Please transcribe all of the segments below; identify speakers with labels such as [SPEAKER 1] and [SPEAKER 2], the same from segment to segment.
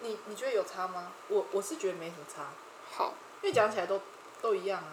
[SPEAKER 1] 你你觉得有差吗？我我是觉得没什么差，
[SPEAKER 2] 好，
[SPEAKER 1] 因为讲起来都都一样啊。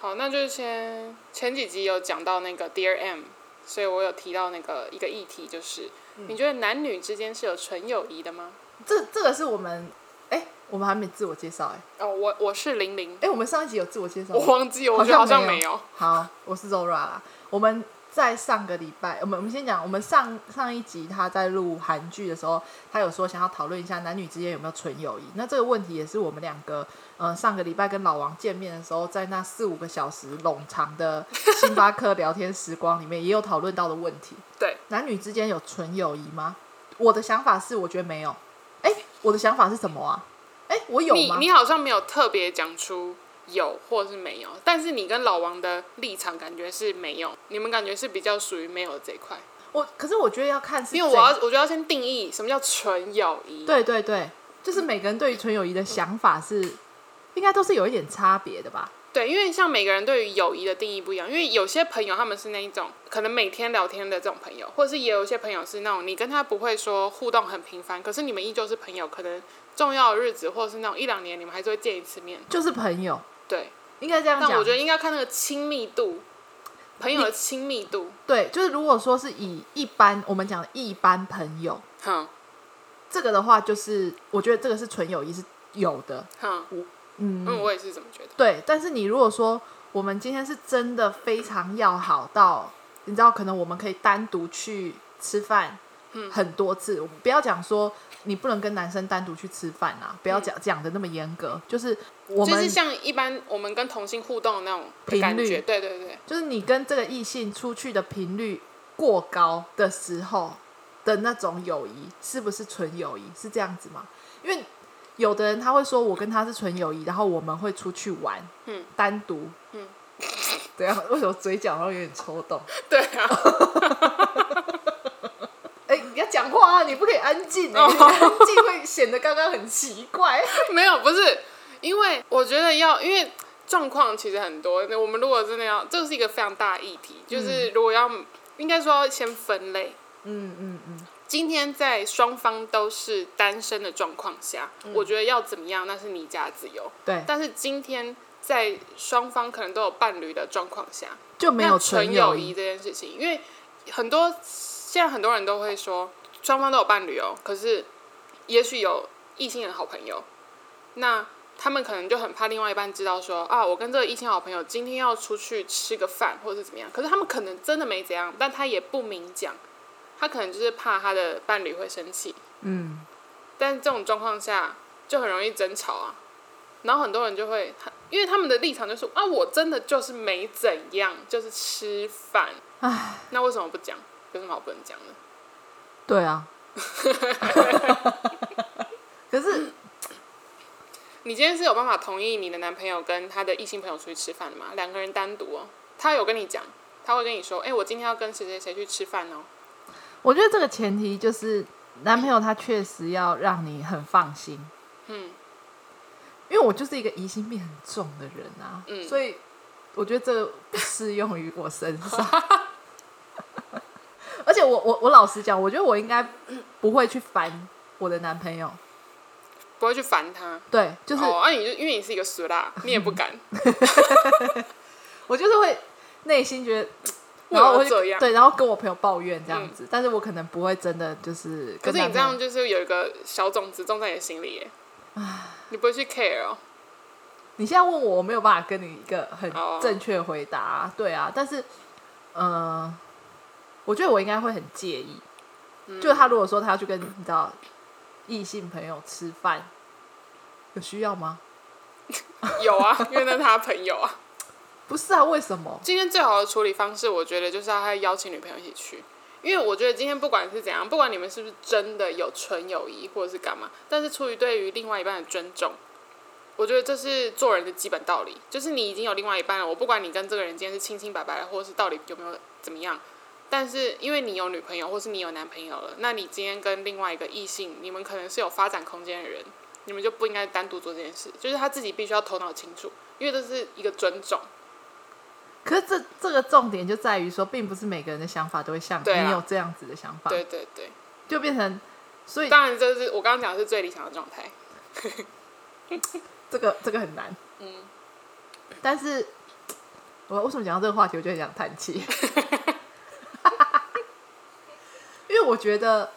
[SPEAKER 2] 好，那就先前几集有讲到那个 Dear M，所以我有提到那个一个议题，就是、
[SPEAKER 1] 嗯
[SPEAKER 2] 你觉得男女之间是有纯友谊的吗？
[SPEAKER 1] 这这个是我们，哎、我们还没自我介绍哎、
[SPEAKER 2] 哦，我我是玲玲
[SPEAKER 1] 哎、，我们上一集有自我介绍
[SPEAKER 2] 我
[SPEAKER 1] 吗？
[SPEAKER 2] 忘记，我觉得好像
[SPEAKER 1] 没
[SPEAKER 2] 没有。
[SPEAKER 1] 好，我是 Zora 啦。我们在上个礼拜，我们我们先讲，我们上上一集他在录韩剧的时候，他有说想要讨论一下男女之间有没有纯友谊。那这个问题也是我们两个，呃，上个礼拜跟老王见面的时候，在那四五个小时冗长的星巴克聊天时光里面，也有讨论到的问题。
[SPEAKER 2] 对，
[SPEAKER 1] 男女之间有纯友谊吗？我的想法是，我觉得没有。哎、我的想法是什么啊？哎、我有
[SPEAKER 2] 你
[SPEAKER 1] 吗？
[SPEAKER 2] 你好像没有特别讲出有或是没有，但是你跟老王的立场感觉是没有，你们感觉是比较属于没有这一块。
[SPEAKER 1] 我可是我觉得要看是
[SPEAKER 2] 因为我
[SPEAKER 1] 怎
[SPEAKER 2] 要，我觉得要先定义什么叫纯友谊。，
[SPEAKER 1] 对对对，就是每个人对于纯友谊的想法是，应该都是有一点差别的吧？
[SPEAKER 2] 对，因为像每个人对于友谊的定义不一样，因为有些朋友他们是那一种可能每天聊天的这种朋友，或者是也有一些朋友是那种你跟他不会说互动很频繁，可是你们依旧是朋友，可能重要的日子或者是那种一两年你们还是会见一次面。
[SPEAKER 1] 就是朋友，
[SPEAKER 2] 对，
[SPEAKER 1] 应该这样
[SPEAKER 2] 但
[SPEAKER 1] 讲。
[SPEAKER 2] 我觉得应该看那个亲密度，朋友的亲密度。
[SPEAKER 1] 对，就是如果说是以一般我们讲的一般朋友
[SPEAKER 2] 哼
[SPEAKER 1] 这个的话，就是我觉得这个是纯友谊是有的，
[SPEAKER 2] 哼，
[SPEAKER 1] 嗯，
[SPEAKER 2] 嗯，我也是这么觉得。
[SPEAKER 1] 对。但是你如果说我们今天是真的非常要好到，你知道，可能我们可以单独去吃饭，
[SPEAKER 2] 嗯
[SPEAKER 1] 很多次，我们不要讲说。你不能跟男生单独去吃饭啊！不
[SPEAKER 2] 嗯
[SPEAKER 1] 要讲讲的那么严格，就是我们
[SPEAKER 2] 就是像一般我们跟同性互动的那种
[SPEAKER 1] 频率
[SPEAKER 2] 感觉，对对 对，
[SPEAKER 1] 就是你跟这个异性出去的频率过高的时候的那种友谊，是不是纯友谊？是这样子吗？因为有的人他会说我跟他是纯友谊，然后我们会出去玩，
[SPEAKER 2] 嗯，
[SPEAKER 1] 单独，
[SPEAKER 2] 嗯，
[SPEAKER 1] 对啊，为什么嘴角好像有点抽 动？
[SPEAKER 2] 对啊，
[SPEAKER 1] 哎、你要讲话啊，你不可以安静、
[SPEAKER 2] 哦
[SPEAKER 1] 欸，你安静会显得刚刚很奇 怪。
[SPEAKER 2] 没有不是，因为我觉得要因为。状况其实很多，那我们如果真的要，这是一个非常大的议题，就是如果要，应该说要先分类。
[SPEAKER 1] 嗯嗯嗯，
[SPEAKER 2] 今天在双方都是单身的状况下，
[SPEAKER 1] 嗯
[SPEAKER 2] 我觉得要怎么样，那是你家自由。
[SPEAKER 1] 对，
[SPEAKER 2] 但是今天在双方可能都有伴侣的状况下，
[SPEAKER 1] 就没
[SPEAKER 2] 那
[SPEAKER 1] 有
[SPEAKER 2] 纯
[SPEAKER 1] 友
[SPEAKER 2] 谊，这件事情，因为很多现在很多人都会说，双方都有伴侣哦，可是也许有异性的好朋友，那他们可能就很怕另外一半知道说啊，我跟这个异性好朋友今天要出去吃个饭或者是怎么样，可是他们可能真的没怎样，但他也不明讲，他可能就是怕他的伴侣会生气，
[SPEAKER 1] 嗯，
[SPEAKER 2] 但这种状况下就很容易争吵啊。然后很多人就会，他因为他们的立场就是啊，我真的就是没怎样，就是吃饭。
[SPEAKER 1] 唉，
[SPEAKER 2] 那为什么不讲？有什么好不能讲的？
[SPEAKER 1] 对啊。 可是
[SPEAKER 2] 你今天是有办法同意你的男朋友跟他的异性朋友出去吃饭的吗？两个人单独哦，他有跟你讲，他会跟你说，哎、我今天要跟谁谁谁去吃饭哦。
[SPEAKER 1] 我觉得这个前提就是男朋友他确实要让你很放心，
[SPEAKER 2] 嗯，
[SPEAKER 1] 因为我就是一个疑心病很重的人啊，
[SPEAKER 2] 嗯
[SPEAKER 1] 所以我觉得这个不适用于我身上。 而且我我我老实讲，我觉得我应该不会去烦我的男朋友，
[SPEAKER 2] 不会去烦他。
[SPEAKER 1] 对，就是
[SPEAKER 2] 哦，啊，你就因为你是一个 死啦，你也不敢。
[SPEAKER 1] 我就是会内心觉得。
[SPEAKER 2] 为
[SPEAKER 1] 然后
[SPEAKER 2] 何
[SPEAKER 1] 我
[SPEAKER 2] 这样嗯
[SPEAKER 1] 就对，然后跟我朋友抱怨这样子，但是我可能不会真的就是
[SPEAKER 2] 可
[SPEAKER 1] 跟
[SPEAKER 2] 是
[SPEAKER 1] 男
[SPEAKER 2] 你这
[SPEAKER 1] 朋友。
[SPEAKER 2] 样就是有一个小种子种在你的心里耶，你不会去 care 哦。
[SPEAKER 1] 你现在问我，我没有办法跟你一个很
[SPEAKER 2] 哦
[SPEAKER 1] 正确的回答、对啊，但是，呃，我觉得我应该会很介意。
[SPEAKER 2] 嗯
[SPEAKER 1] 就他如果说他要去跟你知道异性朋友吃饭，有需要吗？
[SPEAKER 2] 有啊，因为那是他朋友啊。
[SPEAKER 1] 不是啊，为什么？
[SPEAKER 2] 今天最好的处理方式，我觉得就是要他邀请女朋友一起去，因为我觉得今天不管是怎样，不管你们是不是真的有纯友谊或者是干嘛，但是出于对于另外一半的尊重，我觉得这是做人的基本道理。就是你已经有另外一半了，我不管你跟这个人今天是清清白白的，或者是到底有没有怎么样。但是因为你有女朋友，或是你有男朋友了，那你今天跟另外一个异性，你们可能是有发展空间的人，你们就不应该单独做这件事。就是他自己必须要头脑清楚，因为这是一个尊重。
[SPEAKER 1] 可是这这个重点就在于说，并不是每个人的想法都会像
[SPEAKER 2] 对啊
[SPEAKER 1] 你有这样子的想法，
[SPEAKER 2] 对对对。
[SPEAKER 1] 就变成所以
[SPEAKER 2] 当然，这是我刚刚讲的是最理想的状态。
[SPEAKER 1] 这个这个很难。
[SPEAKER 2] 嗯，
[SPEAKER 1] 但是，我为什么讲到这个话题，我就很想叹气， 因为我觉得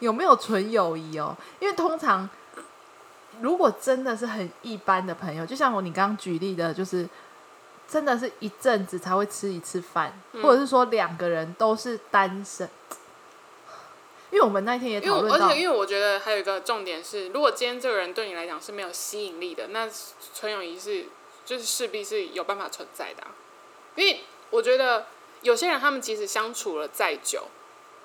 [SPEAKER 1] 有没有纯友谊哦，因为通常如果真的是很一般的朋友，就像我你刚刚举例的，就是真的是一阵子才会吃一次饭，
[SPEAKER 2] 嗯
[SPEAKER 1] 或者是说两个人都是单身，因为我们那天也
[SPEAKER 2] 因为
[SPEAKER 1] 讨
[SPEAKER 2] 我
[SPEAKER 1] 论到
[SPEAKER 2] 而且，因为我觉得还有一个重点是，如果今天这个人对你来讲是没有吸引力的，那纯友谊是就是势必是有办法存在的啊、因为我觉得有些人他们即使相处了再久，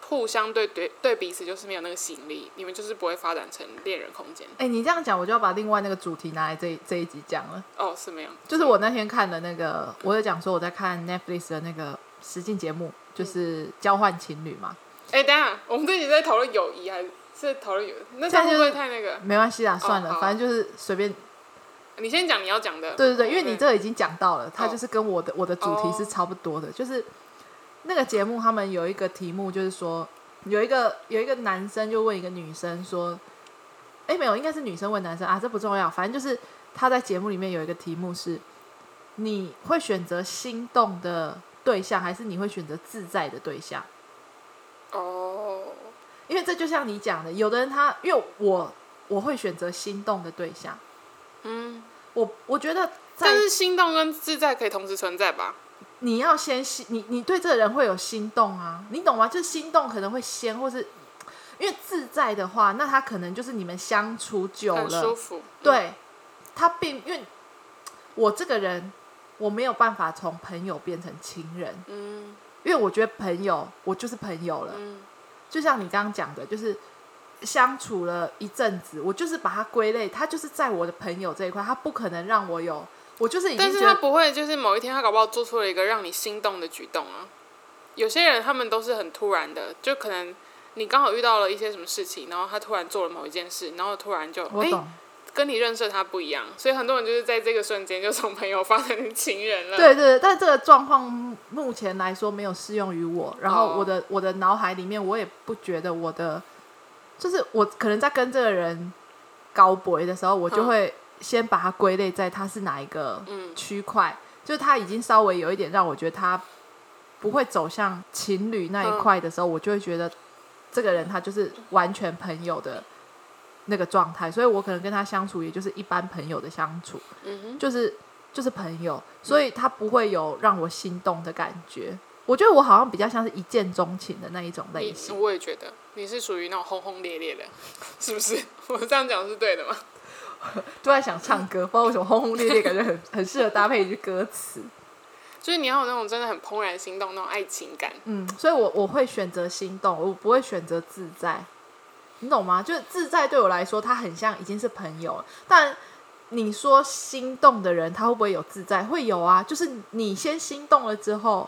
[SPEAKER 2] 互相对对对彼此就是没有那个吸引力，你们就是不会发展成恋人空间。
[SPEAKER 1] 哎、你这样讲，我就要把另外那个主题拿来这一这一集讲了。
[SPEAKER 2] 哦，是没有，
[SPEAKER 1] 就是我那天看的那个，我有讲说我在看 Netflix 的那个实境节目，就是交换情侣嘛。
[SPEAKER 2] 哎、等一下，我们这集在讨论友谊还是是讨论友谊？那这样
[SPEAKER 1] 这
[SPEAKER 2] 会
[SPEAKER 1] 样
[SPEAKER 2] 不
[SPEAKER 1] 就
[SPEAKER 2] 会
[SPEAKER 1] 是
[SPEAKER 2] 太那个？
[SPEAKER 1] 没关系啦，算了，
[SPEAKER 2] 好
[SPEAKER 1] 反正就是随便。
[SPEAKER 2] 你先讲你要讲的。
[SPEAKER 1] 对对对，因为
[SPEAKER 2] 对
[SPEAKER 1] 你这个已经讲到了，它
[SPEAKER 2] 哦
[SPEAKER 1] 就是跟我的我的主题
[SPEAKER 2] 哦
[SPEAKER 1] 是差不多的，就是那个节目他们有一个题目，就是说有一个有一个男生就问一个女生说，哎，没有，应该是女生问男生啊，这不重要，反正就是他在节目里面有一个题目是，你会选择心动的对象，还是你会选择自在的对象？
[SPEAKER 2] 哦，
[SPEAKER 1] 因为这就像你讲的，有的人他因为我我会选择心动的对象，
[SPEAKER 2] 嗯，
[SPEAKER 1] 我我觉得在
[SPEAKER 2] 但是心动跟自在可以同时存在吧？
[SPEAKER 1] 你要先心，你你对这个人会有心动啊，你懂吗？就是心动可能会先，或是因为自在的话，那他可能就是你们相处久
[SPEAKER 2] 很舒
[SPEAKER 1] 了，
[SPEAKER 2] 服。
[SPEAKER 1] 对他并因为我这个人我没有办法从朋友变成情人，
[SPEAKER 2] 嗯
[SPEAKER 1] 因为我觉得朋友我就是朋友了，
[SPEAKER 2] 嗯
[SPEAKER 1] 就像你刚刚讲的，就是相处了一阵子，我就是把它归类，他就是在我的朋友这一块，他不可能让我有，我就是已
[SPEAKER 2] 但
[SPEAKER 1] 经
[SPEAKER 2] 是
[SPEAKER 1] 觉
[SPEAKER 2] 他
[SPEAKER 1] 得
[SPEAKER 2] 不会，就是某一天他搞不好做出了一个让你心动的举动啊。有些人他们都是很突然的，就可能你刚好遇到了一些什么事情，然后他突然做了某一件事，然后突然就
[SPEAKER 1] 我
[SPEAKER 2] 哎、
[SPEAKER 1] 懂，
[SPEAKER 2] 跟你认识的他不一样，所以很多人就是在这个瞬间就从朋友发展成情人了。，
[SPEAKER 1] 对对对，但这个状况目前来说没有适用于我，然后
[SPEAKER 2] 哦
[SPEAKER 1] 我的、我的脑海里面我也不觉得我的，就是我可能在跟这个人高博的时候，我就
[SPEAKER 2] 嗯
[SPEAKER 1] 会先把它归类在他是哪一个
[SPEAKER 2] 嗯
[SPEAKER 1] 区块，就是他已经稍微有一点让我觉得他不会走向情侣
[SPEAKER 2] 嗯
[SPEAKER 1] 那一块的时候，我就会觉得这个人他就是完全朋友的那个状态，所以我可能跟他相处也就是一般朋友的相处，
[SPEAKER 2] 嗯哼，
[SPEAKER 1] 就是就是朋友，所以他不会有让我心动的感觉。我觉得我好像比较像是一见钟情的那一种类
[SPEAKER 2] 你
[SPEAKER 1] 型。
[SPEAKER 2] 我也觉得你是属于那种轰轰烈烈的，是不是？ 我这样讲是对的吗？
[SPEAKER 1] 突然想唱歌，不知道为什么轰轰烈烈，感觉很很适合搭配一句歌词。
[SPEAKER 2] 就是你要有那种真的很怦然心动那种爱情感。
[SPEAKER 1] 嗯，所以我我会选择心动，我不会选择自在，你懂吗？就是自在对我来说，它很像已经是朋友了。但你说心动的人，他会不会有自在？会有啊，就是你先心动了之后，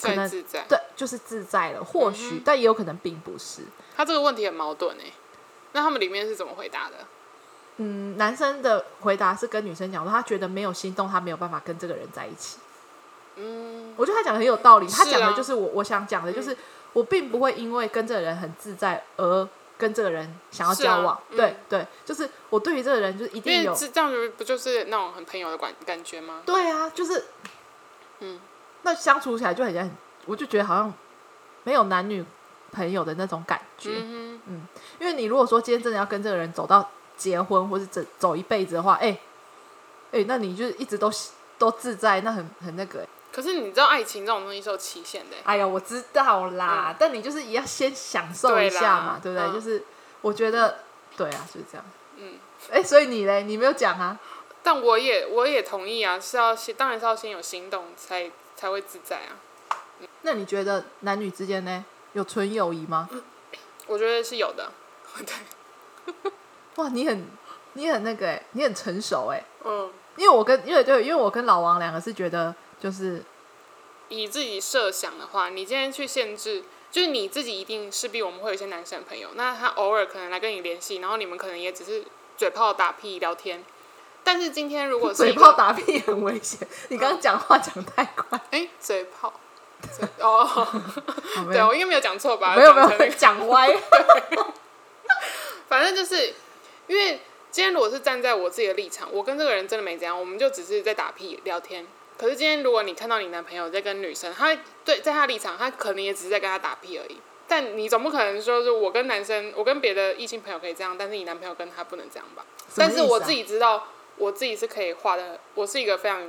[SPEAKER 1] 可
[SPEAKER 2] 再
[SPEAKER 1] 能
[SPEAKER 2] 自在，
[SPEAKER 1] 对，就是自在了，或许，
[SPEAKER 2] 嗯哼
[SPEAKER 1] 但也有可能并不是。
[SPEAKER 2] 他这个问题很矛盾哎。那他们里面是怎么回答的？
[SPEAKER 1] 嗯，男生的回答是跟女生讲说，他觉得没有心动，他没有办法跟这个人在一起。
[SPEAKER 2] 嗯，
[SPEAKER 1] 我觉得他讲的很有道理，
[SPEAKER 2] 是啊嗯
[SPEAKER 1] 他讲的就是我我想讲的，就是、我并不会因为跟这个人很自在而跟这个人想要交往。
[SPEAKER 2] 是啊
[SPEAKER 1] 对、
[SPEAKER 2] 嗯
[SPEAKER 1] 对，就是我对于这个人就是一定
[SPEAKER 2] 因为
[SPEAKER 1] 有
[SPEAKER 2] 这这样子不就是那种很朋友的感感觉吗？
[SPEAKER 1] 对啊，就是
[SPEAKER 2] 嗯，
[SPEAKER 1] 那相处起来就很像，我就觉得好像没有男女朋友的那种感觉。
[SPEAKER 2] 嗯哼，
[SPEAKER 1] 因为你如果说今天真的要跟这个人走到结婚，或是走走一辈子的话，哎、哎、那你就是一直都都自在，那很很那个、哎
[SPEAKER 2] 可是你知道爱情这种东西是有期限的欸，
[SPEAKER 1] 哎呀，我知道啦，但你就是也要先享受一下嘛，嗯对
[SPEAKER 2] 对
[SPEAKER 1] 不
[SPEAKER 2] 啦
[SPEAKER 1] 对？
[SPEAKER 2] 嗯
[SPEAKER 1] 就是我觉得，对啊，就是这样。
[SPEAKER 2] 嗯，
[SPEAKER 1] 哎、所以你嘞，你没有讲啊？
[SPEAKER 2] 但我也我也同意啊，是要先当然是要先有心动才才会自在啊。
[SPEAKER 1] 那你觉得男女之间呢有纯友谊吗？
[SPEAKER 2] 我觉得是有的，
[SPEAKER 1] 哇，你很你很那个哎、你很成熟哎、
[SPEAKER 2] 嗯，
[SPEAKER 1] 因为我跟因为对，因为我跟老王两个是觉得就是
[SPEAKER 2] 以自己设想的话，你今天去限制，就是你自己一定势必我们会有一些男生朋友，那他偶尔可能来跟你联系，然后你们可能也只是嘴炮打屁聊天。但是今天如果是
[SPEAKER 1] 嘴
[SPEAKER 2] 一个
[SPEAKER 1] 炮，打屁很危险，你刚刚讲话讲太快。
[SPEAKER 2] 哎、嘴炮，嘴哦，
[SPEAKER 1] 好没
[SPEAKER 2] 对
[SPEAKER 1] 有
[SPEAKER 2] 哦啊我应该没有讲错吧？
[SPEAKER 1] 没有没
[SPEAKER 2] 讲成那
[SPEAKER 1] 有
[SPEAKER 2] 个
[SPEAKER 1] 讲歪，
[SPEAKER 2] 反正就是因为今天如果是站在我自己的立场，我跟这个人真的没怎样，我们就只是在打屁聊天。可是今天如果你看到你男朋友在跟女生，他对在他的立场，他可能也只是在跟他打屁而已。但你总不可能说是我跟男生，我跟别的异性朋友可以这样，但是你男朋友跟他不能这样吧？
[SPEAKER 1] 什么
[SPEAKER 2] 但
[SPEAKER 1] 意思啊
[SPEAKER 2] 是我自己知道，我自己是可以画的，我是一个非常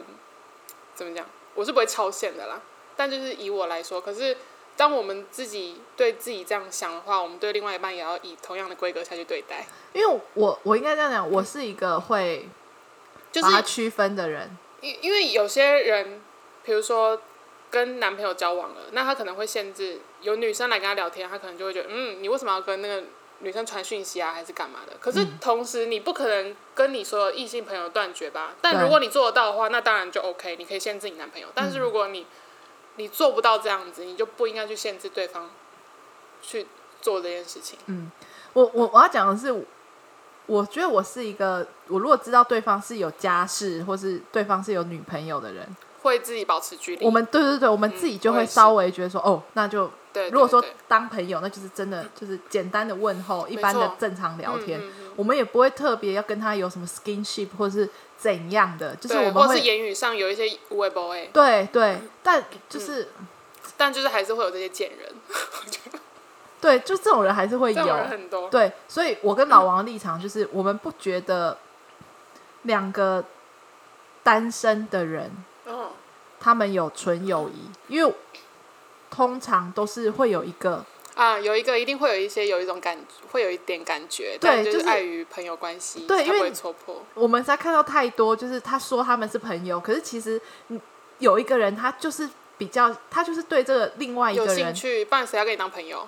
[SPEAKER 2] 怎么讲，我是不会超限的啦。但就是以我来说，可是当我们自己对自己这样想的话，我们对另外一半也要以同样的规格下去对待，
[SPEAKER 1] 因为我我应该这样讲，我是一个会
[SPEAKER 2] 就是
[SPEAKER 1] 把它区分的人，
[SPEAKER 2] 因因为有些人，比如说跟男朋友交往了，那他可能会限制有女生来跟他聊天，他可能就会觉得，嗯，你为什么要跟那个女生传讯息啊，还是干嘛的？可是
[SPEAKER 1] 嗯
[SPEAKER 2] 同时，你不可能跟你所有异性朋友断绝吧？但
[SPEAKER 1] 对嗯
[SPEAKER 2] 如果你做得到的话，那当然就 OK，你可以限制你男朋友。但是如果你、你做不到这样子，你就不应该去限制对方去做这件事情。
[SPEAKER 1] 嗯我我我要讲的是，我觉得我是一个，我如果知道对方是有家室或是对方是有女朋友的人，
[SPEAKER 2] 会自己保持距离。
[SPEAKER 1] 我们对对对，我们
[SPEAKER 2] 嗯
[SPEAKER 1] 自己就
[SPEAKER 2] 我
[SPEAKER 1] 会
[SPEAKER 2] 也是
[SPEAKER 1] 稍微觉得说，哦，那就
[SPEAKER 2] 对，对
[SPEAKER 1] 如果说
[SPEAKER 2] 对
[SPEAKER 1] 当朋友，那就是真的就是简单的问候，一般
[SPEAKER 2] 没
[SPEAKER 1] 的
[SPEAKER 2] 错
[SPEAKER 1] 正常聊天，
[SPEAKER 2] 嗯嗯嗯
[SPEAKER 1] 我们也不会特别要跟他有什么 skinship 或是怎样的，就是
[SPEAKER 2] 对
[SPEAKER 1] 我
[SPEAKER 2] 或
[SPEAKER 1] 们
[SPEAKER 2] 是嗯
[SPEAKER 1] 会
[SPEAKER 2] 言语上有一些无谓不谓，
[SPEAKER 1] 对对，但就是、
[SPEAKER 2] 嗯但就是还是会有这些贱人，我觉得
[SPEAKER 1] 对，就这种人还是会
[SPEAKER 2] 这种人
[SPEAKER 1] 有，
[SPEAKER 2] 很多。
[SPEAKER 1] 对，所以我跟老王的立场就是，我们不觉得两个单身的人
[SPEAKER 2] 嗯，
[SPEAKER 1] 他们有纯友谊，因为通常都是会有一个
[SPEAKER 2] 啊，有一个一定会有一些有一种感，会有一点感觉，
[SPEAKER 1] 对
[SPEAKER 2] 但就
[SPEAKER 1] 就是
[SPEAKER 2] 碍于朋友关系，
[SPEAKER 1] 对
[SPEAKER 2] 才
[SPEAKER 1] 因为
[SPEAKER 2] 不会戳破。
[SPEAKER 1] 我们才看到太多，就是他说他们是朋友，可是其实嗯有一个人他就是比较，他就是对这个另外一
[SPEAKER 2] 有
[SPEAKER 1] 个
[SPEAKER 2] 兴
[SPEAKER 1] 人，
[SPEAKER 2] 趣，不然谁要跟你当朋友？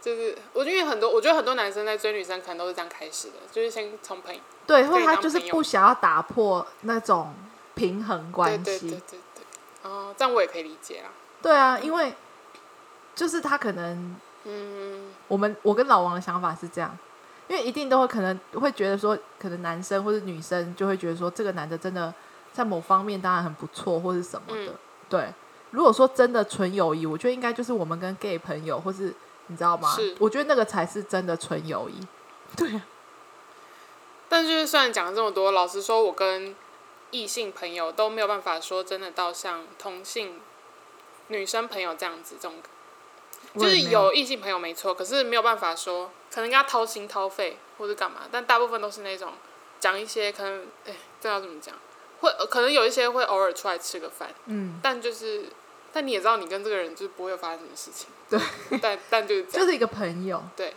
[SPEAKER 2] 就是我觉得很多，我觉得很多男生在追女生，可能都是这样开始的，就是先从朋友，
[SPEAKER 1] 对，或
[SPEAKER 2] 可以
[SPEAKER 1] 者他
[SPEAKER 2] 当
[SPEAKER 1] 就是
[SPEAKER 2] 朋友
[SPEAKER 1] 不想要打破那种平衡关
[SPEAKER 2] 对
[SPEAKER 1] 系，
[SPEAKER 2] 对对对对。哦，这样我也可以理解啦。
[SPEAKER 1] 对啊，因为就是他可能
[SPEAKER 2] 嗯，
[SPEAKER 1] 我们我跟老王的想法是这样，因为一定都会可能会觉得说，可能男生或者女生就会觉得说，这个男的真的在某方面当然很不错，或是什么的。
[SPEAKER 2] 嗯
[SPEAKER 1] 对，如果说真的纯友谊，我觉得应该就是我们跟 gay 朋友，或是你知道吗
[SPEAKER 2] 是？
[SPEAKER 1] 我觉得那个才是真的纯友谊。对啊，
[SPEAKER 2] 但是虽然讲了这么多，老实说，我跟异性朋友都没有办法说真的到像同性女生朋友这样子，这种
[SPEAKER 1] 我
[SPEAKER 2] 就是
[SPEAKER 1] 也没有
[SPEAKER 2] 有异性朋友没错，可是没有办法说，可能跟他掏心掏肺或者干嘛，但大部分都是那种讲一些可能，哎，这要怎么讲？会呃可能有一些会偶尔出来吃个饭，
[SPEAKER 1] 嗯，
[SPEAKER 2] 但就是，但你也知道，你跟这个人就是不会发生什么事情。
[SPEAKER 1] 对，
[SPEAKER 2] 但但就是这样。
[SPEAKER 1] 就是一个朋友。
[SPEAKER 2] 对，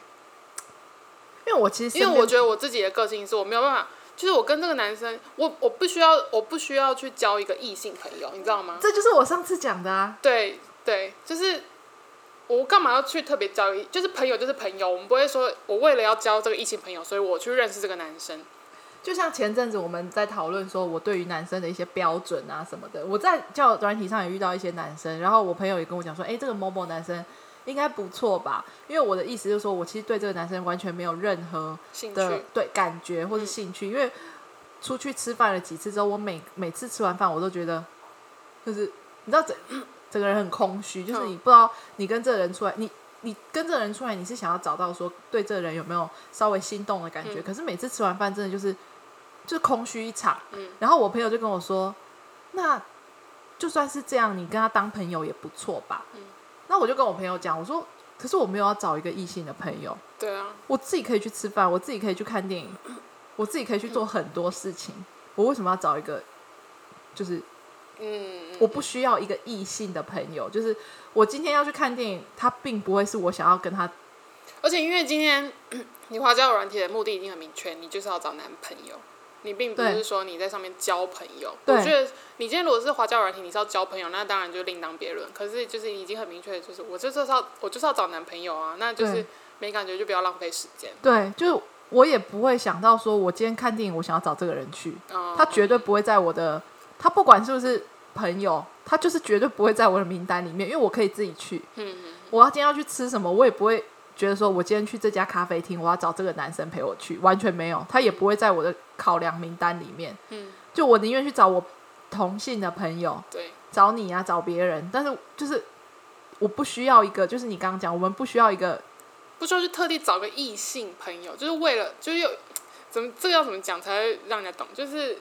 [SPEAKER 1] 因为我其实
[SPEAKER 2] 因为我觉
[SPEAKER 1] 得
[SPEAKER 2] 得我自己的个性是我没有办法，就是我跟这个男生，我我不需要，我不需要去交一个异性朋友，你知道吗？
[SPEAKER 1] 这就是我上次讲的啊。
[SPEAKER 2] 对对，就是我干嘛要去特别交一，就是朋友就是朋友，我们不会说我为了要交这个异性朋友，所以我去认识这个男生。
[SPEAKER 1] 就像前阵子我们在讨论说，我对于男生的一些标准啊什么的，我在交友软体上也遇到一些男生，然后我朋友也跟我讲说，哎、这个某某男生应该不错吧？因为我的意思就是说我其实对这个男生完全没有任何
[SPEAKER 2] 兴
[SPEAKER 1] 的
[SPEAKER 2] 趣嗯
[SPEAKER 1] 对感觉或是兴趣，因为出去吃饭了几次之后，我每每次吃完饭我都觉得，就是你知道整 整个人很空虚，就是
[SPEAKER 2] 嗯
[SPEAKER 1] 你不知道你跟这个人出来，你你跟这个人出来，你是想要找到说对这个人有没有稍微心动的感觉，
[SPEAKER 2] 嗯
[SPEAKER 1] 可是每次吃完饭真的就是就是空虚一场。
[SPEAKER 2] 嗯
[SPEAKER 1] 然后我朋友就跟我说，那就算是这样，你跟他当朋友也不错吧？
[SPEAKER 2] 嗯
[SPEAKER 1] 那我就跟我朋友讲，我说，可是我没有要找一个异性的朋友，
[SPEAKER 2] 对啊，
[SPEAKER 1] 我自己可以去吃饭，我自己可以去看电影，我自己可以去做很多事情。我为什么要找一个？就是
[SPEAKER 2] 嗯，
[SPEAKER 1] 我不需要一个异性的朋友，就是我今天要去看电影，他并不会是我想要跟他
[SPEAKER 2] 而且因为今天 你花交友软体的目的已经很明确，你就是要找男朋友，你并不
[SPEAKER 1] 对
[SPEAKER 2] 是说你在上面交朋友。
[SPEAKER 1] 对
[SPEAKER 2] 我觉得你今天如果是花交友软体，你是要交朋友，那当然就另当别论。可是就是已经很明确，就是我就是要我就是要找男朋友啊，那就是
[SPEAKER 1] 对
[SPEAKER 2] 没感觉就不要浪费时间。
[SPEAKER 1] 对，就是我也不会想到说我今天看电影，我想要找这个人去，
[SPEAKER 2] 嗯
[SPEAKER 1] 他绝对不会在我的，他不管是不是朋友，他就是绝对不会在我的名单里面，因为我可以自己去。
[SPEAKER 2] 嗯嗯
[SPEAKER 1] 我要今天要去吃什么，我也不会觉得说我今天去这家咖啡厅，我要找这个男生陪我去，完全没有，他也不会在我的考量名单里面。
[SPEAKER 2] 嗯，
[SPEAKER 1] 就我宁愿去找我同性的朋友，
[SPEAKER 2] 对，
[SPEAKER 1] 找你啊，找别人，但是就是我不需要一个，就是你刚刚讲，我们不需要一个
[SPEAKER 2] 不需要去特地找个异性朋友，就是为了就是有怎么这个要怎么讲才会让人家懂？就是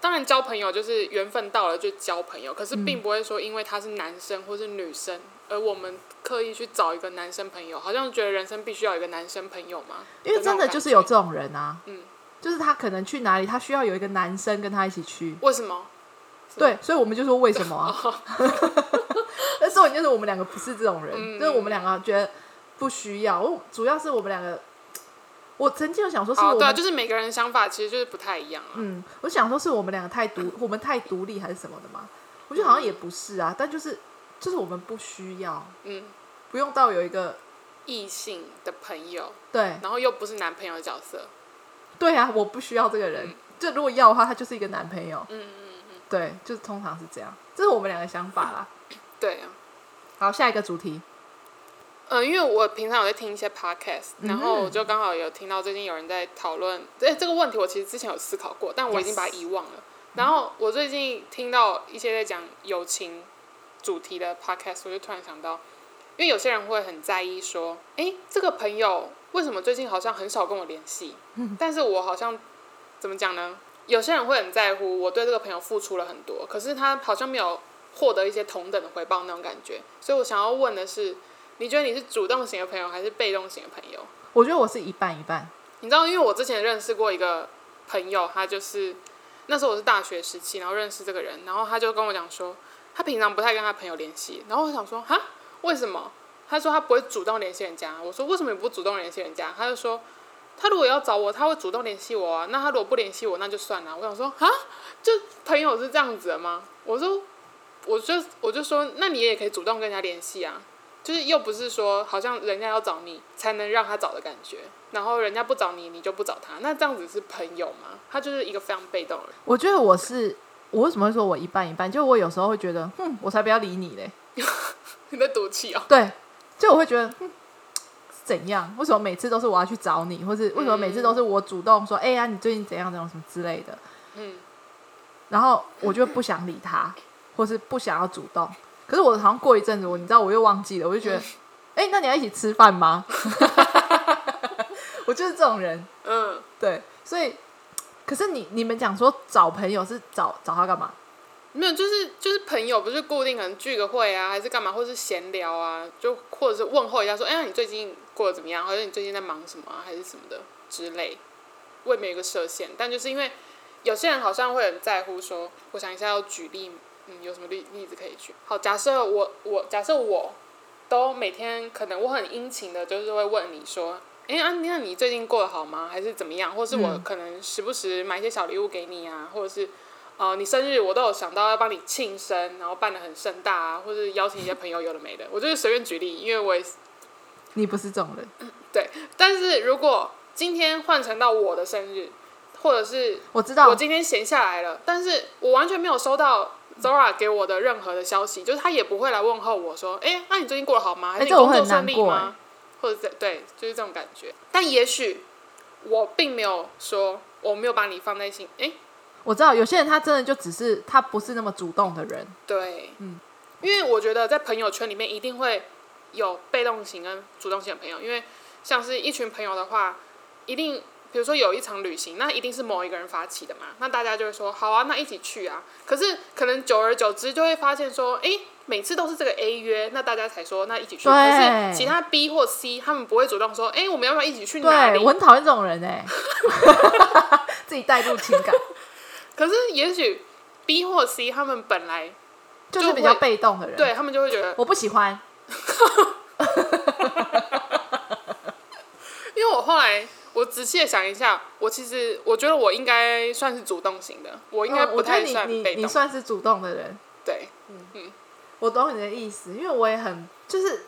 [SPEAKER 2] 当然交朋友就是缘分到了就交朋友，可是并不会说因为他是男生或是女生，而我们刻意去找一个男生朋友，好像觉得人生必须要有一个男生朋友嘛。
[SPEAKER 1] 因为真的就是有这
[SPEAKER 2] 种
[SPEAKER 1] 种人啊，
[SPEAKER 2] 嗯，
[SPEAKER 1] 就是他可能去哪里，他需要有一个男生跟他一起去，
[SPEAKER 2] 为什么？
[SPEAKER 1] 对，所以我们就说为什么 啊？那重点就是我们两个不是这种人，
[SPEAKER 2] 嗯
[SPEAKER 1] 就是我们两个觉得不需要。我主要是我们两个，我曾经有想说是我
[SPEAKER 2] 哦，
[SPEAKER 1] 们，
[SPEAKER 2] 对啊，就是每个人的想法其实就是不太一样啊。
[SPEAKER 1] 嗯，我想说是我们两个太独，我们太独立还是什么的嘛？我觉得好像也不是啊，但就是就是我们不需要，
[SPEAKER 2] 嗯，
[SPEAKER 1] 不用到有一个
[SPEAKER 2] 异性的朋友，
[SPEAKER 1] 对
[SPEAKER 2] 然后又不是男朋友的角色，
[SPEAKER 1] 对啊，我不需要这个人。就如果要的话，他就是一个男朋友，
[SPEAKER 2] 嗯嗯嗯，
[SPEAKER 1] 对，就是通常是这样，这是我们两个想法啦。
[SPEAKER 2] 对啊。
[SPEAKER 1] 好，下一个主题，
[SPEAKER 2] 嗯，因为我平常有在听一些 podcast，
[SPEAKER 1] 嗯哼
[SPEAKER 2] 然后我就刚好有听到最近有人在讨论，哎、这个问题我其实之前有思考过，但我已经
[SPEAKER 1] Yes
[SPEAKER 2] 把它遗忘了。然后我最近听到一些在讲友情主题的 podcast，我就突然想到，因为有些人会很在意说，哎，这个朋友为什么最近好像很少跟我联系？但是我好像怎么讲呢？有些人会很在乎我对这个朋友付出了很多，可是他好像没有获得一些同等的回报那种感觉。所以我想要问的是，你觉得你是主动型的朋友还是被动型的朋友？
[SPEAKER 1] 我觉得我是一半一半，
[SPEAKER 2] 你知道，因为我之前认识过一个朋友，他就是那时候我是大学时期，然后认识这个人，然后他就跟我讲说，他平常不太跟他朋友联系，然后我想说，哈，为什么？他说他不会主动联系人家，我说为什么你不主动联系人家？他就说，他如果要找我，他会主动联系我啊，那他如果不联系我，那就算了。我想说，哈，就朋友是这样子的吗？我说，我就我就说，那你也可以主动跟人家联系啊。就是又不是说好像人家要找你才能让他找的感觉，然后人家不找你，你就不找他，那这样子是朋友吗？他就是一个非常被动的人。
[SPEAKER 1] 我觉得我是，我为什么会说我一半一半？就我有时候会觉得，哼，我才不要理你嘞。
[SPEAKER 2] 你在赌气哦？
[SPEAKER 1] 对，就我会觉得，哼，怎样？为什么每次都是我要去找你，或是为什么每次都是我主动说，哎、呀、你最近怎样怎样什么之类的？
[SPEAKER 2] 嗯，
[SPEAKER 1] 然后我就不想理他，或是不想要主动。可是我好像过一阵子，我你知道我又忘记了，我就觉得，哎、那你要一起吃饭吗？ 我就是这种人，
[SPEAKER 2] 嗯，
[SPEAKER 1] 对，所以，可是你你们讲说找朋友是找找他干嘛？
[SPEAKER 2] 没有，就是就是朋友不是固定可能聚个会啊，还是干嘛，或是闲聊啊，就或者是问候一下说，哎、呀，你最近过得怎么样？或者你最近在忙什么、啊，还是什么的之类。未免有一个设限，但就是因为有些人好像会很在乎说，我想一下要举例，嗯，有什么例例子可以举？好，假设我我假设我都每天可能我很殷勤的，就是会问你说，哎、啊，那你最近过得好吗？还是怎么样？或是我
[SPEAKER 1] 嗯
[SPEAKER 2] 可能时不时买一些小礼物给你啊，或者是。哦、你生日我都有想到要帮你庆生，然后办的很盛大啊，或是邀请一些朋友，有的没的，我就是随便举例，因为我也
[SPEAKER 1] 你不是这种人，
[SPEAKER 2] 但是如果今天换成到我的生日，或者是
[SPEAKER 1] 我知道，
[SPEAKER 2] 我今天闲下来了，但是我完全没有收到 Zora 给我的任何的消息，就是他也不会来问候我说，哎、那你最近过得好吗？还是
[SPEAKER 1] 哎
[SPEAKER 2] 你
[SPEAKER 1] 这我
[SPEAKER 2] 工
[SPEAKER 1] 会
[SPEAKER 2] 作
[SPEAKER 1] 很难
[SPEAKER 2] 顺利
[SPEAKER 1] 过
[SPEAKER 2] 吗？或者是对，就是这种感觉。但也许我并没有说，我没有把你放在心，哎、
[SPEAKER 1] 我知道有些人他真的就只是他不是那么主动的人，
[SPEAKER 2] 对，
[SPEAKER 1] 嗯，
[SPEAKER 2] 因为我觉得在朋友圈里面一定会有被动型跟主动型的朋友，因为像是一群朋友的话，一定比如说有一场旅行，那一定是某一个人发起的嘛，那大家就会说好啊，那一起去啊。可是可能久而久之就会发现说，诶，每次都是这个 A 约，那大家才说那一起去。
[SPEAKER 1] 对
[SPEAKER 2] 可是其他 B 或 C 他们不会主动说，诶，我们要不要一起去哪
[SPEAKER 1] 对
[SPEAKER 2] 里
[SPEAKER 1] 我？很讨厌这种人 哎、自己带入情感，
[SPEAKER 2] 可是也许 B 或 C 他们本来
[SPEAKER 1] 就是比较被动的人，，
[SPEAKER 2] 对他们就会觉得，
[SPEAKER 1] 我不喜欢，
[SPEAKER 2] 因为我后来我仔细的想一下，我其实我觉得我应该算是主动型的，我应该
[SPEAKER 1] 嗯
[SPEAKER 2] 不
[SPEAKER 1] 我觉得
[SPEAKER 2] 太
[SPEAKER 1] 你
[SPEAKER 2] 算
[SPEAKER 1] 你
[SPEAKER 2] 被
[SPEAKER 1] 你
[SPEAKER 2] 动。
[SPEAKER 1] 算是主动的人，
[SPEAKER 2] 对，
[SPEAKER 1] 我懂你的意思，因为我也很就是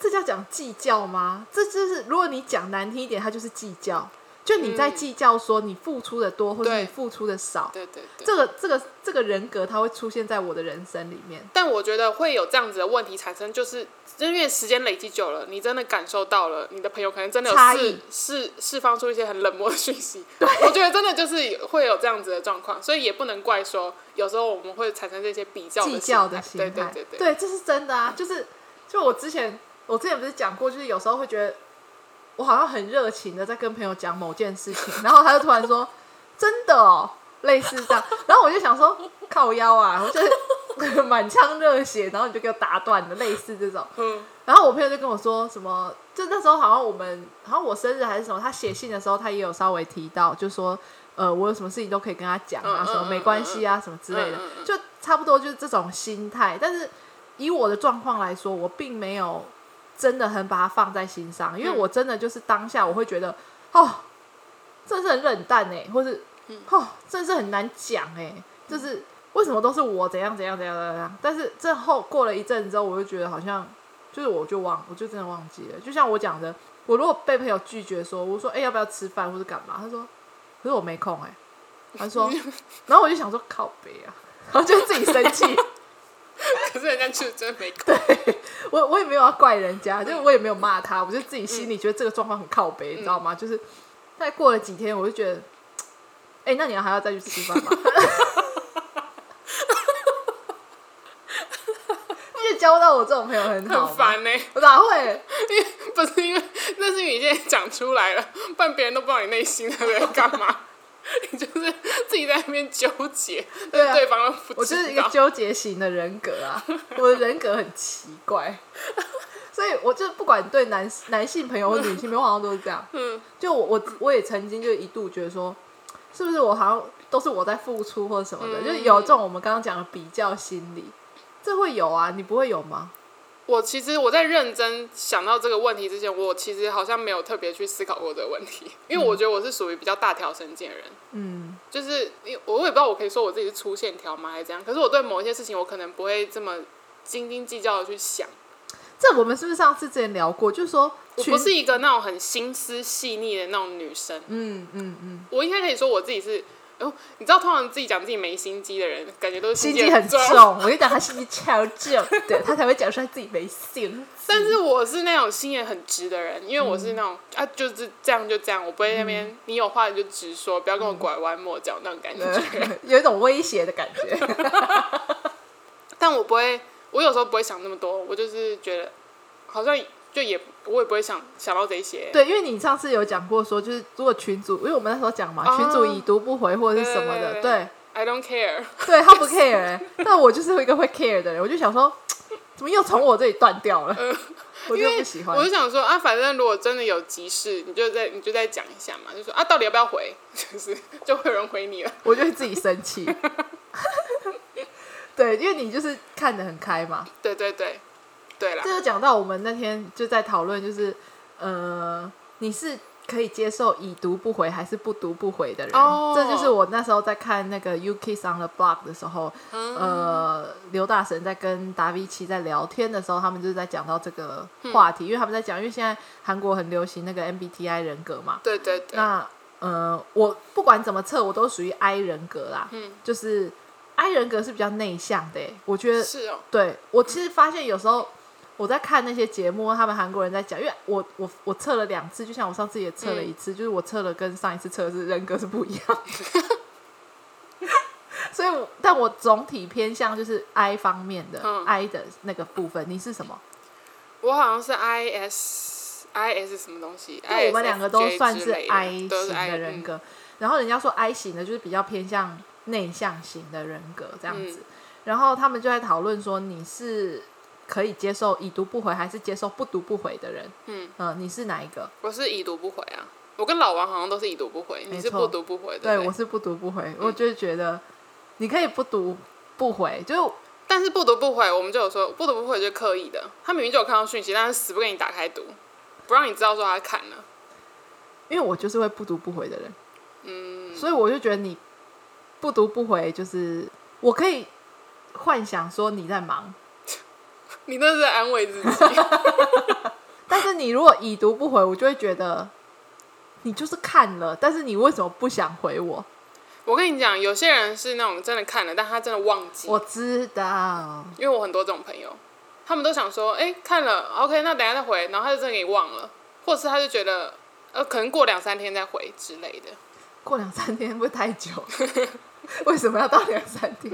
[SPEAKER 1] 这叫讲计较吗？这就是如果你讲难听一点，它就是计较，就你在
[SPEAKER 2] 嗯
[SPEAKER 1] 计较说你付出的多或者
[SPEAKER 2] 对
[SPEAKER 1] 你付出的少，
[SPEAKER 2] 对对对。
[SPEAKER 1] 这个这个这个人格它会出现在我的人生里面。
[SPEAKER 2] 但我觉得会有这样子的问题产生，就是因为时间累积久了，你真的感受到了，你的朋友可能真的有
[SPEAKER 1] 差
[SPEAKER 2] 释
[SPEAKER 1] 异
[SPEAKER 2] 释释放出一些很冷漠的 讯息。我觉得真的就是会有这样子的状况，所以也不能怪说有时候我们会产生这些比较
[SPEAKER 1] 计
[SPEAKER 2] 的
[SPEAKER 1] 较的
[SPEAKER 2] 心
[SPEAKER 1] 心
[SPEAKER 2] 态。
[SPEAKER 1] 态，
[SPEAKER 2] 对对对对。
[SPEAKER 1] 这是真的啊。就是，就我之前我之前不是讲过，就是有时候会觉得我好像很热情的在跟朋友讲某件事情，然后他就突然说：“真的哦。”类似这样，然后我就想说靠腰啊，我就是 满腔热血，然后你就给我打断了，类似这种。
[SPEAKER 2] 嗯，
[SPEAKER 1] 然后我朋友就跟我说什么，就那时候好像我们好像我生日还是什么，他写信的时候他也有稍微提到，就说呃我有什么事情都可以跟他讲啊，
[SPEAKER 2] 嗯嗯
[SPEAKER 1] 什么没关系啊，什么之类的
[SPEAKER 2] 嗯嗯，嗯
[SPEAKER 1] 就差不多就是这种心态。但是以我的状况来说，我并没有真的很把它放在心上，因为
[SPEAKER 2] 嗯
[SPEAKER 1] 我真的就是当下我会觉得哦，真是很冷淡哎、或是
[SPEAKER 2] 嗯
[SPEAKER 1] 哦，真是很难讲哎、就是。为什么都是我怎样怎样怎样怎样怎样？但是这后过了一阵之后，我就觉得好像就是我就忘，我就真的忘记了。就像我讲的，我如果被朋友拒绝说，我说哎、要不要吃饭或是干嘛，他说可是我没空哎、他说，然后我就想说靠北啊， 然后就自己生气，
[SPEAKER 2] 可是人家就真的没空。
[SPEAKER 1] 我我也没有要怪人家，就是我也没有骂他，我就自己心里觉得这个状况很靠
[SPEAKER 2] 嗯
[SPEAKER 1] 北，你知道吗？就是再过了几天，我就觉得，哎、那你还要再去吃饭吗？ 而且交到我这种朋友很好，
[SPEAKER 2] 很，烦呢、欸
[SPEAKER 1] 我哪会？
[SPEAKER 2] 不是因为那是因为你现在讲出来了，不然别人都不知道你内心在干嘛， 你就是自己在那边纠结，
[SPEAKER 1] 对啊
[SPEAKER 2] 但是对方都不
[SPEAKER 1] 我就是
[SPEAKER 2] 知
[SPEAKER 1] 一个
[SPEAKER 2] 道。
[SPEAKER 1] 纠结型的人格啊，我的人格很奇怪，所以我就不管对男男性朋友或女性朋友，我好像都是这样。
[SPEAKER 2] 嗯，
[SPEAKER 1] 就我我我也曾经就一度觉得说，是不是我好像都是我在付出或者什么的，
[SPEAKER 2] 嗯
[SPEAKER 1] 就是有这种我们刚刚讲的比较心理，这会有啊，你不会有吗？
[SPEAKER 2] 我其实我在认真想到这个问题之前，我其实好像没有特别去思考过这个问题，因为我觉得我是属于比较大条神经的人，
[SPEAKER 1] 嗯，
[SPEAKER 2] 就是因为我也不知道我可以说我自己是粗线条吗，还是怎样？可是我对某一些事情，我可能不会这么斤斤计较的去想。
[SPEAKER 1] 这我们是不是上次之前聊过？就是说
[SPEAKER 2] 我
[SPEAKER 1] 群，
[SPEAKER 2] 不是一个那种很心思细腻的那种女生，
[SPEAKER 1] 嗯嗯嗯，
[SPEAKER 2] 我应该可以说我自己是，哦，你知道，通常自己讲自己没心机的人，感觉都是哦
[SPEAKER 1] 心
[SPEAKER 2] 机
[SPEAKER 1] 机很重
[SPEAKER 2] 重。。
[SPEAKER 1] 我跟你讲，他心机超重的，他才会讲出来自己没心。
[SPEAKER 2] 但是我是那种心也很直的人，因为我是那种、啊，就是这样就这样，我不会在那边、你有话你就直说，不要跟我拐弯抹角那种感觉。
[SPEAKER 1] 呃有一种威胁的感觉。
[SPEAKER 2] 但我不会，我有时候不会想那么多，我就是觉得好像就也我也不会想想到这些。
[SPEAKER 1] 对，因为你上次有讲过说，就是如果群主，因为我们那时候讲嘛，
[SPEAKER 2] 哦
[SPEAKER 1] 群主已读不回或者是什么的，对
[SPEAKER 2] 对对对 I don't care。
[SPEAKER 1] 对，他不 care，、欸、但我就是一个会 care 的人，我就想说，怎么又从我这里断掉了？我就不喜欢
[SPEAKER 2] 呃我。就想说啊，反正如果真的有急事，你就再你就再讲一下嘛，就说啊，到底要不要回， 就是就会有人回你了。
[SPEAKER 1] 我就会自己生气。 对，因为你就是看得很开嘛。
[SPEAKER 2] 对对对，对啦
[SPEAKER 1] 这，就讲到我们那天就在讨论，就是呃，你是可以接受已读不回还是不读不回的人？
[SPEAKER 2] 哦
[SPEAKER 1] 这就是我那时候在看那个《You Kiss on the Block》的时候，
[SPEAKER 2] 嗯
[SPEAKER 1] 呃，刘大神在跟达维奇在聊天的时候，他们就是在讲到这个
[SPEAKER 2] 嗯
[SPEAKER 1] 话题，因为他们在讲，因为现在韩国很流行那个 MBTI 人格嘛，
[SPEAKER 2] 对对对，
[SPEAKER 1] 那呃，我不管怎么测，我都属于 I 人格啦，
[SPEAKER 2] 嗯，
[SPEAKER 1] 就是 I 人格是比较内向的耶，我觉得
[SPEAKER 2] 是哦，
[SPEAKER 1] 对我其实发现有时候我在看那些节目，他们韩国人在讲，因为我我我测了两次，就像我上次也测了一次，就是我测了跟上一次测的是人格是不一样的，所以我但我总体偏向就是 I 方面的、
[SPEAKER 2] 嗯
[SPEAKER 1] I 的那个部分。你是什么？
[SPEAKER 2] 我好像是 I S I S 什么东西，
[SPEAKER 1] 因为我们两个都算是 I
[SPEAKER 2] I
[SPEAKER 1] 型
[SPEAKER 2] 都是 I 嗯
[SPEAKER 1] 的人，格，然后人家说 I 型的就是比较偏向内向型的人格这
[SPEAKER 2] 嗯
[SPEAKER 1] 样子，然后他们就在讨论说你是可以接受已读不回还是接受不读不回的人，
[SPEAKER 2] 嗯
[SPEAKER 1] 呃你是哪一个？
[SPEAKER 2] 嗯我是已读不回啊。我跟老王好像都是已读不回，你是
[SPEAKER 1] 没错
[SPEAKER 2] 不读不回的。
[SPEAKER 1] 对
[SPEAKER 2] 不
[SPEAKER 1] 我是不读不
[SPEAKER 2] 嗯
[SPEAKER 1] 回，我就觉得你可以不读不回，就是
[SPEAKER 2] 但是不读不回，我们就有说不读不回就是刻意的。他明明就有看到讯息，但是死不给你打开读，不让你知道说他看了。
[SPEAKER 1] 因为我就是会不读不回的人，
[SPEAKER 2] 嗯，
[SPEAKER 1] 所以我就觉得你不读不回就是我可以幻想说你在忙，
[SPEAKER 2] 你那是在安 慰自己。
[SPEAKER 1] 但是你如果已读不回，我就会觉得你就是看了，但是你为什么不想回我？
[SPEAKER 2] 我跟你讲，有些人是那种真的看了，但他真的忘记。
[SPEAKER 1] 我知道，
[SPEAKER 2] 因为我很多这种朋友，他们都想说，哎、看了，OK，那等一下再回，然后他就真的给忘了，或者是他就觉得，呃，可能过两三天再回之类的。
[SPEAKER 1] 过两三天会不会太久？ 为什么要到两三天？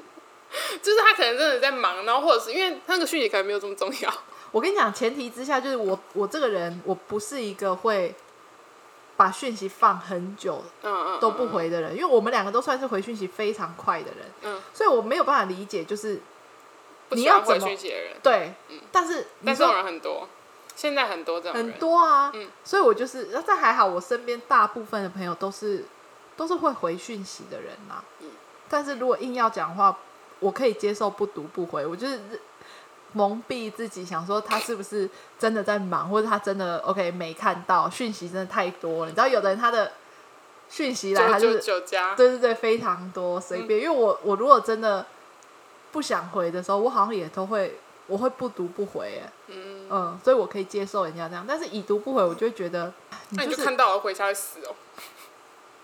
[SPEAKER 2] 就是他可能真的在忙，然后或者是因为那个讯 息可能没有这么重要。
[SPEAKER 1] 我跟你讲，前提之下就是我我这个人我不是一个会把讯息放很久
[SPEAKER 2] 嗯嗯，
[SPEAKER 1] 都不回的人，因为我们两个都算是回讯息非常快的人，
[SPEAKER 2] 嗯，
[SPEAKER 1] 所以我没有办法理解，就是
[SPEAKER 2] 不
[SPEAKER 1] 你
[SPEAKER 2] 喜
[SPEAKER 1] 要
[SPEAKER 2] 欢回
[SPEAKER 1] 怎么
[SPEAKER 2] 讯息的人，
[SPEAKER 1] 对，嗯但是你
[SPEAKER 2] 但这种
[SPEAKER 1] 说
[SPEAKER 2] 人很多，现在很多这种
[SPEAKER 1] 很
[SPEAKER 2] 人，
[SPEAKER 1] 多啊，
[SPEAKER 2] 嗯
[SPEAKER 1] 所以我就是，那但还好，我身边大部分的朋友都是都是会回讯息的人啦、
[SPEAKER 2] 嗯
[SPEAKER 1] 但是如果硬要讲的话，我可以接受不读不回，我就是蒙蔽自己，想说他是不是真的在忙，或者他真的 OK 没看到讯息，真的太多了。你知道，有的人他的讯息来，他
[SPEAKER 2] 九
[SPEAKER 1] 就
[SPEAKER 2] 九
[SPEAKER 1] 是
[SPEAKER 2] 九加，
[SPEAKER 1] 对对对，非常多，随便。因为我我如果真的不想回的时候，我好像也都会，我会不读不回、欸，
[SPEAKER 2] 嗯，
[SPEAKER 1] 嗯，所以我可以接受人家这样，但是已读不回，我就会觉得你
[SPEAKER 2] 那你
[SPEAKER 1] 就
[SPEAKER 2] 就是看到了回下会死哦，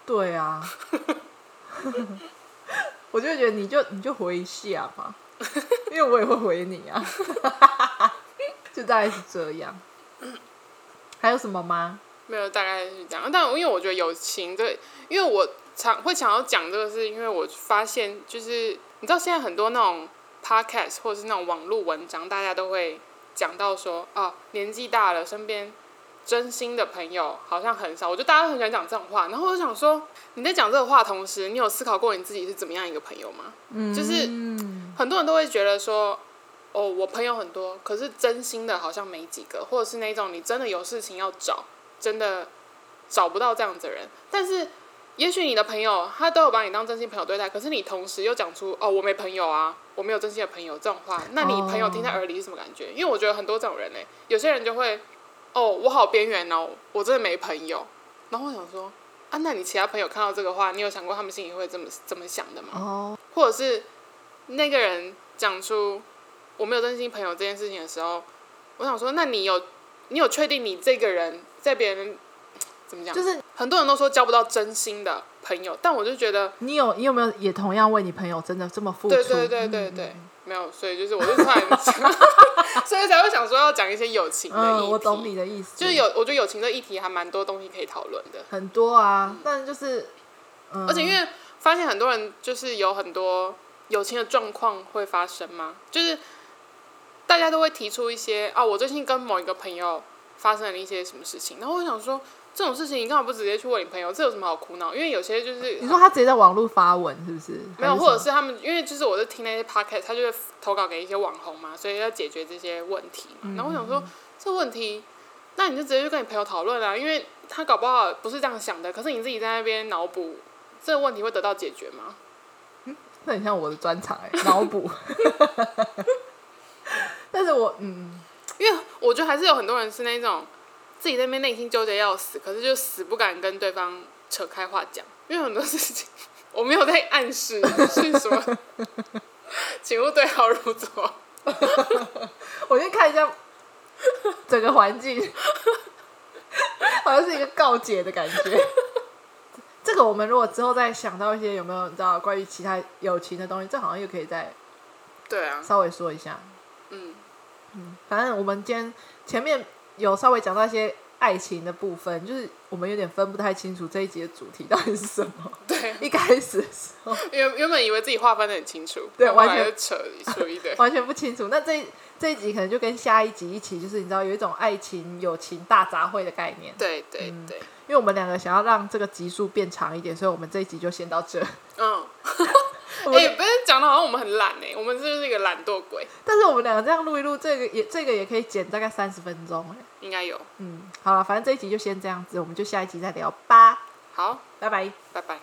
[SPEAKER 1] 对啊， 我就会觉得你就你就回一下嘛，因为我也会回你 啊，就大概是这样。还有什么吗？
[SPEAKER 2] 没有，大概是这样。但因为我觉得友情这，因为我常会想要讲这个，是因为我发现，就是你知道现在很多那种 podcast 或者是那种网络文章，大家都会讲到说，啊，年纪大了，身边真心的朋友好像很少。我觉得大家都很喜欢讲这种话，然后我就想说，你在讲这个话的同时，你有思考过你自己是怎么样一个朋友吗？
[SPEAKER 1] 嗯
[SPEAKER 2] 就是很多人都会觉得说，哦，我朋友很多，可是真心的好像没几个，或者是那种你真的有事情要找，真的找不到这样子的人。但是，也许你的朋友他都有把你当真心朋友对待，可是你同时又讲出哦，我没朋友啊，我哦没有真心的朋友这种话，那你朋友听在耳里是什么感觉？因为我觉得很多这种人呢、有些人就会，哦，我好边缘哦，我真的没朋友。然后我想说，啊，那你其他朋友看到这个话，你有想过他们心里会这么这么想的吗？
[SPEAKER 1] 哦，
[SPEAKER 2] 或者是那个人讲出我没有真心朋友这件事情的时候，我想说，那你有你有确定你这个人在别人怎么讲？
[SPEAKER 1] 就是
[SPEAKER 2] 很多人都说交不到真心的朋友，但我就觉得，
[SPEAKER 1] 你有你有没有也同样为你朋友真的这么付出？
[SPEAKER 2] 对对
[SPEAKER 1] 嗯
[SPEAKER 2] 对对对，没有，所以就是我就突然想，所以才会想说要讲一些友情的议题。
[SPEAKER 1] 嗯，我懂，你的意思，
[SPEAKER 2] 就是有我觉得友情这议题还蛮多东西可以讨论的。
[SPEAKER 1] 很多啊，但就是，嗯、
[SPEAKER 2] 而且因为发现很多人就是有很多友情的状况会发生嘛，就是大家都会提出一些啊，我最近跟某一个朋友发生了一些什么事情，然后我想说这种事情你干嘛不直接去问你朋友？这有什么好苦恼？因为有些就是
[SPEAKER 1] 你说他直接在网络发文是不是？
[SPEAKER 2] 没
[SPEAKER 1] 还
[SPEAKER 2] 有，
[SPEAKER 1] 是
[SPEAKER 2] 或者
[SPEAKER 1] 什
[SPEAKER 2] 是他们，因为就是我是听那些 podcast，他就会投稿给一些网红嘛，所以要解决这些问题嘛。然后我想
[SPEAKER 1] 嗯
[SPEAKER 2] 说，这问题，那你就直接去跟你朋友讨论啊，因为他搞不好不是这样想的，可是你自己在那边脑补，这个问题会得到解决吗？
[SPEAKER 1] 么那很像我的专场哎、脑补。 但是我嗯，
[SPEAKER 2] 因为我觉得还是有很多人是那种自己在那边内心纠结要死，可是就死不敢跟对方扯开话讲，因为很多事情 我没有在暗示是什 么，请勿对号入座。
[SPEAKER 1] 我先看一下整个环境， 好像是一个告解的感觉。这个我们如果之后再想到一些有没有你知道关于其他友情的东西，这好像又可以再
[SPEAKER 2] 对啊，
[SPEAKER 1] 稍微说一下。
[SPEAKER 2] 嗯
[SPEAKER 1] 反正我们今天前面有稍微讲到一些爱情的部分，就是我们有点分不太清楚这一集的主题到底是什么。
[SPEAKER 2] 对，
[SPEAKER 1] 一开始的时候
[SPEAKER 2] 原原本以为自己划分的很清楚，
[SPEAKER 1] 对
[SPEAKER 2] 但后来
[SPEAKER 1] 完全
[SPEAKER 2] 就扯出一
[SPEAKER 1] 。
[SPEAKER 2] 堆
[SPEAKER 1] 完全不清楚。那这一这一集可能就跟下一集一起，就是你知道有一种爱情友情大杂烩的概念。
[SPEAKER 2] 对对对，
[SPEAKER 1] 因为我们两个想要让这个集数变长一点，所以我们这一集就先到这。
[SPEAKER 2] 嗯，
[SPEAKER 1] 我
[SPEAKER 2] 哎、
[SPEAKER 1] 们、
[SPEAKER 2] 不是讲的好像我们很懒哎、我们是不是一个懒惰鬼？
[SPEAKER 1] 但是我们两个这样录一录，这个也这个也可以剪大概三十分钟哎。
[SPEAKER 2] 应该有。
[SPEAKER 1] 嗯，好了，反正这一集就先这样子，我们就下一集再聊吧，
[SPEAKER 2] 好，
[SPEAKER 1] 拜拜。
[SPEAKER 2] 拜拜。